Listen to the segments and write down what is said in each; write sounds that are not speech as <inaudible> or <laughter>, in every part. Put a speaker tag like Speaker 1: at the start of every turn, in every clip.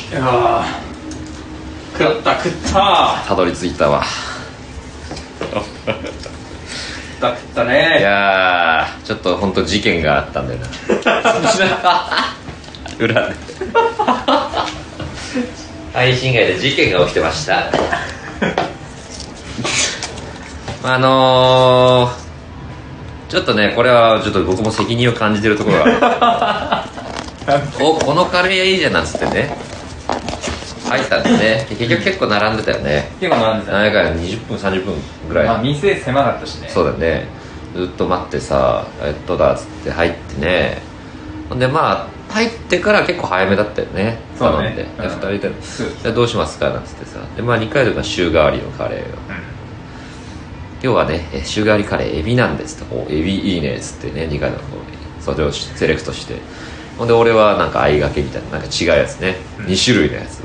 Speaker 1: いやー食った食った
Speaker 2: たどり着いたわ
Speaker 1: 食った食った
Speaker 2: い
Speaker 1: ね
Speaker 2: やーちょっと本当事件があったんだよな <laughs> 裏 <laughs> で配信外で事件が起きてま <laughs> したあのー、ちょっとねこれはちょっと僕も責任を感じてるところ <laughs> があるおこのカレーいいじゃんなんつってね入ったんでね結局結構並んでたよね
Speaker 1: 結構飲んでたね
Speaker 2: 何回か20分30分ぐらい
Speaker 1: まあ店狭かったしね
Speaker 2: そうだねずっと待ってさえっとだっつって入ってねほんでまあ入ってから結構早めだったよね
Speaker 1: そうだ
Speaker 2: 頼
Speaker 1: ね
Speaker 2: んで、
Speaker 1: う
Speaker 2: で
Speaker 1: ん
Speaker 2: 2人で
Speaker 1: そう
Speaker 2: 「じゃあどうしますか?」なんつってさでまあ2回とか週替わりのカレーが今日はねえ週替わりカレーエビなんですとおエビいいねっつってね2回のこうそれをセレクトしてほんで俺はなんかあいがけみたいななんか違うやつね、
Speaker 1: うん
Speaker 2: 2種類のやつ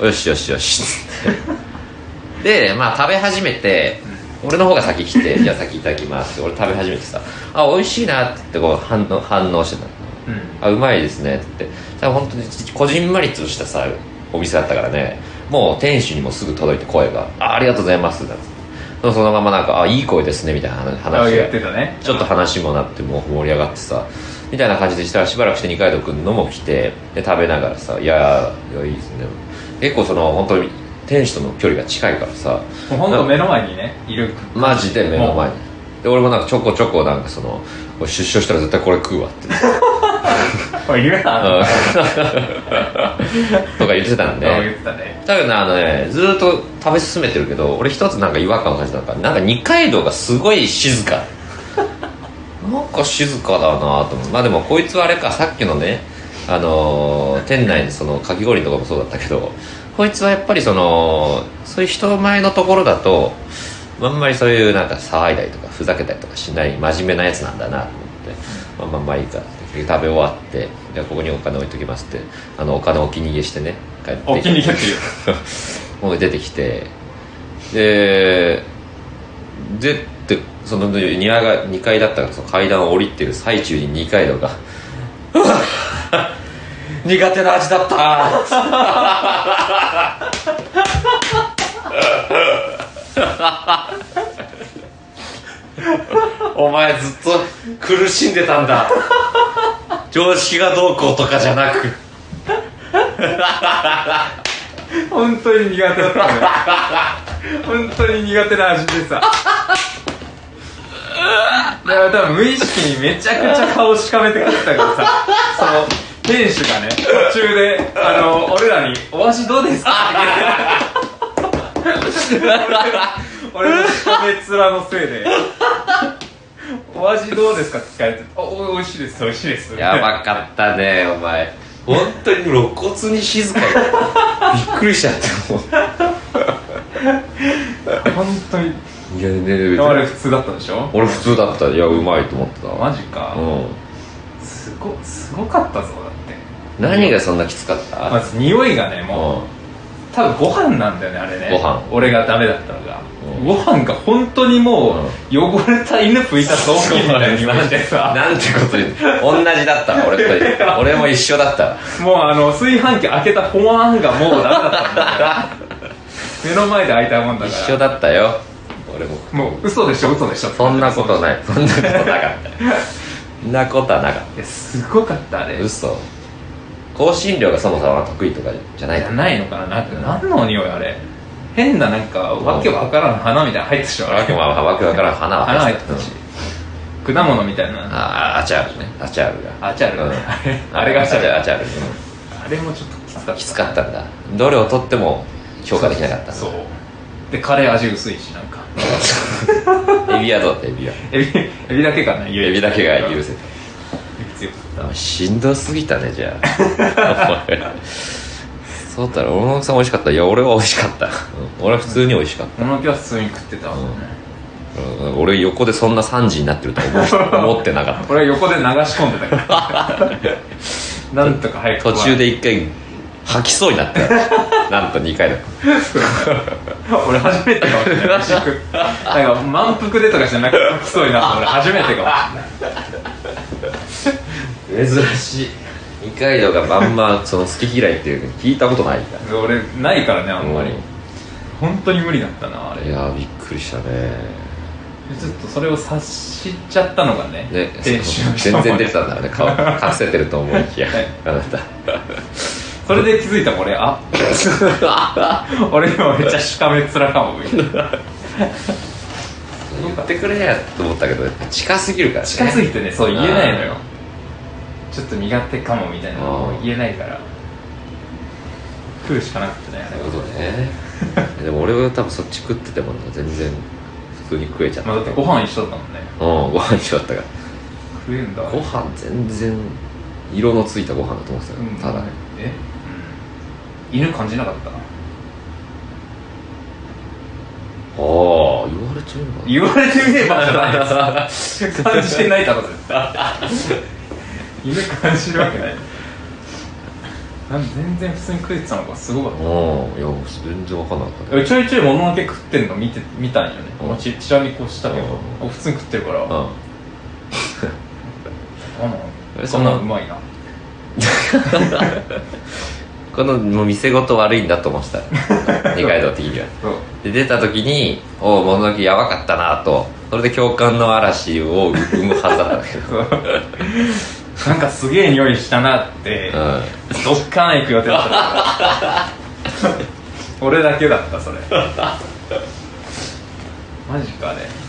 Speaker 2: よしよしよしっ
Speaker 1: <laughs>
Speaker 2: つってでまあ食べ始めて俺の方が先来て「じゃあ先いただきます」って俺食べ始めてさ「あ美味しいな」って言ってこう反応反応してたの
Speaker 1: うんうん
Speaker 2: あうまいですねって言ってさ本当にこじんまりとしたさお店だったからねもう店主にもすぐ届いて声が「あありがとうございます」なんつってそそのままなんか「あいい声ですね」みたいな話
Speaker 1: あ
Speaker 2: 話
Speaker 1: 言って
Speaker 2: が
Speaker 1: たね
Speaker 2: ちょっと話もなってもう盛り上がってさみたいな感じでしたらしばらくして二階堂君のも来てで食べながらさ「いやーいやいいですね」結構その本当に店主との距離が近いからさ
Speaker 1: もうほんと目の前にねい <laughs> る
Speaker 2: マジで目の前にで俺もなんかちょこちょこなんかその「俺出所したら絶対これ食うわ」って
Speaker 1: おい言うな
Speaker 2: とか言ってたんで <laughs>
Speaker 1: そう言ってたね
Speaker 2: だけどねあのねずーっと食べ進めてるけど俺一つなんか違和感を感じたのがなんか二階堂がすごい静
Speaker 1: <laughs>
Speaker 2: かなんか静かだなと思うまあでもこいつはあれかさっきのねあのー店内のそのかき氷のとかもそうだったけどこいつはやっぱりそのそういう人前のところだとあんまりそういうなんか騒いだりとかふざけたりとかしない真面目なやつなんだなと思って、まあ、まあまあいいかって結局食べ終わってじゃあここにお金置いときますってあのお金置き逃げしてね帰って
Speaker 1: お気に入りっていう
Speaker 2: もう出てきてででってその庭が2階だったからその階段を降りてる最中に二階堂が <laughs> 「うわ苦手な味だった!」 <laughs> お前ずっと苦しんでたんだ常識がどうこうとかじゃなく
Speaker 1: 本当に苦手だ
Speaker 2: <laughs>
Speaker 1: ったんだよ本当に苦手な味でさだから多分無意識にめちゃくちゃ顔しかめてくったからさその店主がね途中であの俺らに「お味どうですか?」って俺のしかめ面のせいで「お味どうですか?」って聞かれて「おお美味しいです美味しいです」
Speaker 2: やばかったねお前本当に露骨に静 <laughs> かにびっくりしちゃっても
Speaker 1: 本当に
Speaker 2: ういやね
Speaker 1: あれ普通だったでしょ
Speaker 2: 俺普通だったいやうまいと思ってた
Speaker 1: マジか、
Speaker 2: うん
Speaker 1: すごすごかったぞだって
Speaker 2: 何がそんなきつかった、
Speaker 1: まず匂いがねもう
Speaker 2: う
Speaker 1: 多分ご飯なんだよねあれね
Speaker 2: ご飯
Speaker 1: 俺がダメだったのが、
Speaker 2: うん
Speaker 1: ご飯が本当にもう、汚れた犬拭いた雑巾みたいな匂いして
Speaker 2: ん
Speaker 1: さ
Speaker 2: なんてこと言って同じだったわ俺と俺も一緒だ
Speaker 1: <laughs>
Speaker 2: ったわ
Speaker 1: もうあの炊飯器開けたほわんがもうダメだったん
Speaker 2: <laughs>
Speaker 1: だよ目の前で開いたもんだ
Speaker 2: 一
Speaker 1: か
Speaker 2: 緒
Speaker 1: ら
Speaker 2: だったよ俺も
Speaker 1: もう嘘でしょ嘘でしょ
Speaker 2: そんなこと
Speaker 1: い
Speaker 2: ないそんなことなか
Speaker 1: <laughs>
Speaker 2: ったそんなことはなかっ
Speaker 1: やすごかったあ
Speaker 2: た
Speaker 1: れじ
Speaker 2: 嘘香辛料がそもそも得意とかじゃない
Speaker 1: ゃないのかななんか何の匂いあれ変ななんか
Speaker 2: ん
Speaker 1: わけわからん花みたいなの入ってしまう
Speaker 2: わけわわけわからん花は
Speaker 1: 花入ってたし、果物みたいな
Speaker 2: ああアチャールねアチャールが
Speaker 1: アチャールね
Speaker 2: う
Speaker 1: <laughs>
Speaker 2: ん
Speaker 1: あれあれがア
Speaker 2: ア
Speaker 1: チ
Speaker 2: チ
Speaker 1: ャ
Speaker 2: ャ
Speaker 1: ー
Speaker 2: ー
Speaker 1: ル
Speaker 2: ルアチャール
Speaker 1: あれもちょっときつかった
Speaker 2: きつかったんだどれを取っても評価できなかったんだ
Speaker 1: そうでカレー味薄いしなんか <laughs>
Speaker 2: エビやぞエビは
Speaker 1: エビエビだけかな
Speaker 2: エビだけが
Speaker 1: せ
Speaker 2: 許せ
Speaker 1: 強かった
Speaker 2: たしんどすぎたねじ <laughs> ゃあお前そうだったら小野さん美味しかったいや俺は美味しかったうん俺は普通に美味しかっ
Speaker 1: この時は普通に食ってたわ、
Speaker 2: うんたうん俺横でそんな3時になってるとは思思ってなかっ
Speaker 1: 俺は横で流し込んでたから
Speaker 2: <laughs>
Speaker 1: なんとか早
Speaker 2: た
Speaker 1: く
Speaker 2: 途中で一回吐きそうになったよなんと2回だ
Speaker 1: 俺初めてかもしれない飯食っなんか満腹でとかじゃなくて吐きそうになった俺初めてかもしれない
Speaker 2: 珍しい二階堂があんまその好き嫌いっていうの聞いたことないか
Speaker 1: 俺ないからねあ
Speaker 2: ら
Speaker 1: んまり
Speaker 2: うん
Speaker 1: 本当に無理だったなあれ
Speaker 2: いやーびっくりしたね
Speaker 1: ちょっとそれを察しちゃったのがね
Speaker 2: ね
Speaker 1: 練習をしたも
Speaker 2: 全
Speaker 1: んね
Speaker 2: 然出てたんだろうね顔隠せてると思いきや
Speaker 1: はい
Speaker 2: あなた
Speaker 1: それで気づいたもん俺あ俺今めっちゃしかめっ面かもみたい
Speaker 2: <laughs>
Speaker 1: な
Speaker 2: 言ってくれやと思ったけど近すぎるからね
Speaker 1: 近すぎてねそう言えないの
Speaker 2: あ
Speaker 1: よちょっと苦手かもみたいなのを言えないから食うしかなくてねあれ
Speaker 2: なる
Speaker 1: は
Speaker 2: ほどねでも俺は多分そっち食ってても全然普通に食えちゃった
Speaker 1: まあだってご飯一緒だったもんね
Speaker 2: うんご飯一緒だったから
Speaker 1: 食えんだ
Speaker 2: ご飯全然色のついたご飯だと思ってたよ、
Speaker 1: うん
Speaker 2: ただね
Speaker 1: え、うん、犬感じなかった
Speaker 2: ああ言われちゃうのかな
Speaker 1: 言われてみればじゃないです感じてないだろ絶対犬感じるわけないなん全然普通に食えてたのがすごかっ
Speaker 2: うんいや全然分かんなかった
Speaker 1: た
Speaker 2: ね
Speaker 1: えちょいちょい物だけ食ってんの見て見たんよね
Speaker 2: うん
Speaker 1: もちちなみにこうしたけど
Speaker 2: う
Speaker 1: お
Speaker 2: ん
Speaker 1: 普通に食ってるから
Speaker 2: う
Speaker 1: あ
Speaker 2: んえ
Speaker 1: の
Speaker 2: そ
Speaker 1: そ
Speaker 2: ん
Speaker 1: ん
Speaker 2: な
Speaker 1: なんうまいな
Speaker 2: このもう店ごと悪いんだと思ってた二階堂的には
Speaker 1: そう
Speaker 2: で出た時におお物書きやばかったなとそれで共感の嵐を生むはずだったんだけど
Speaker 1: なんかすげえ匂いしたなって
Speaker 2: うん
Speaker 1: どっかん行く予定だったから俺だけだったそれマジかね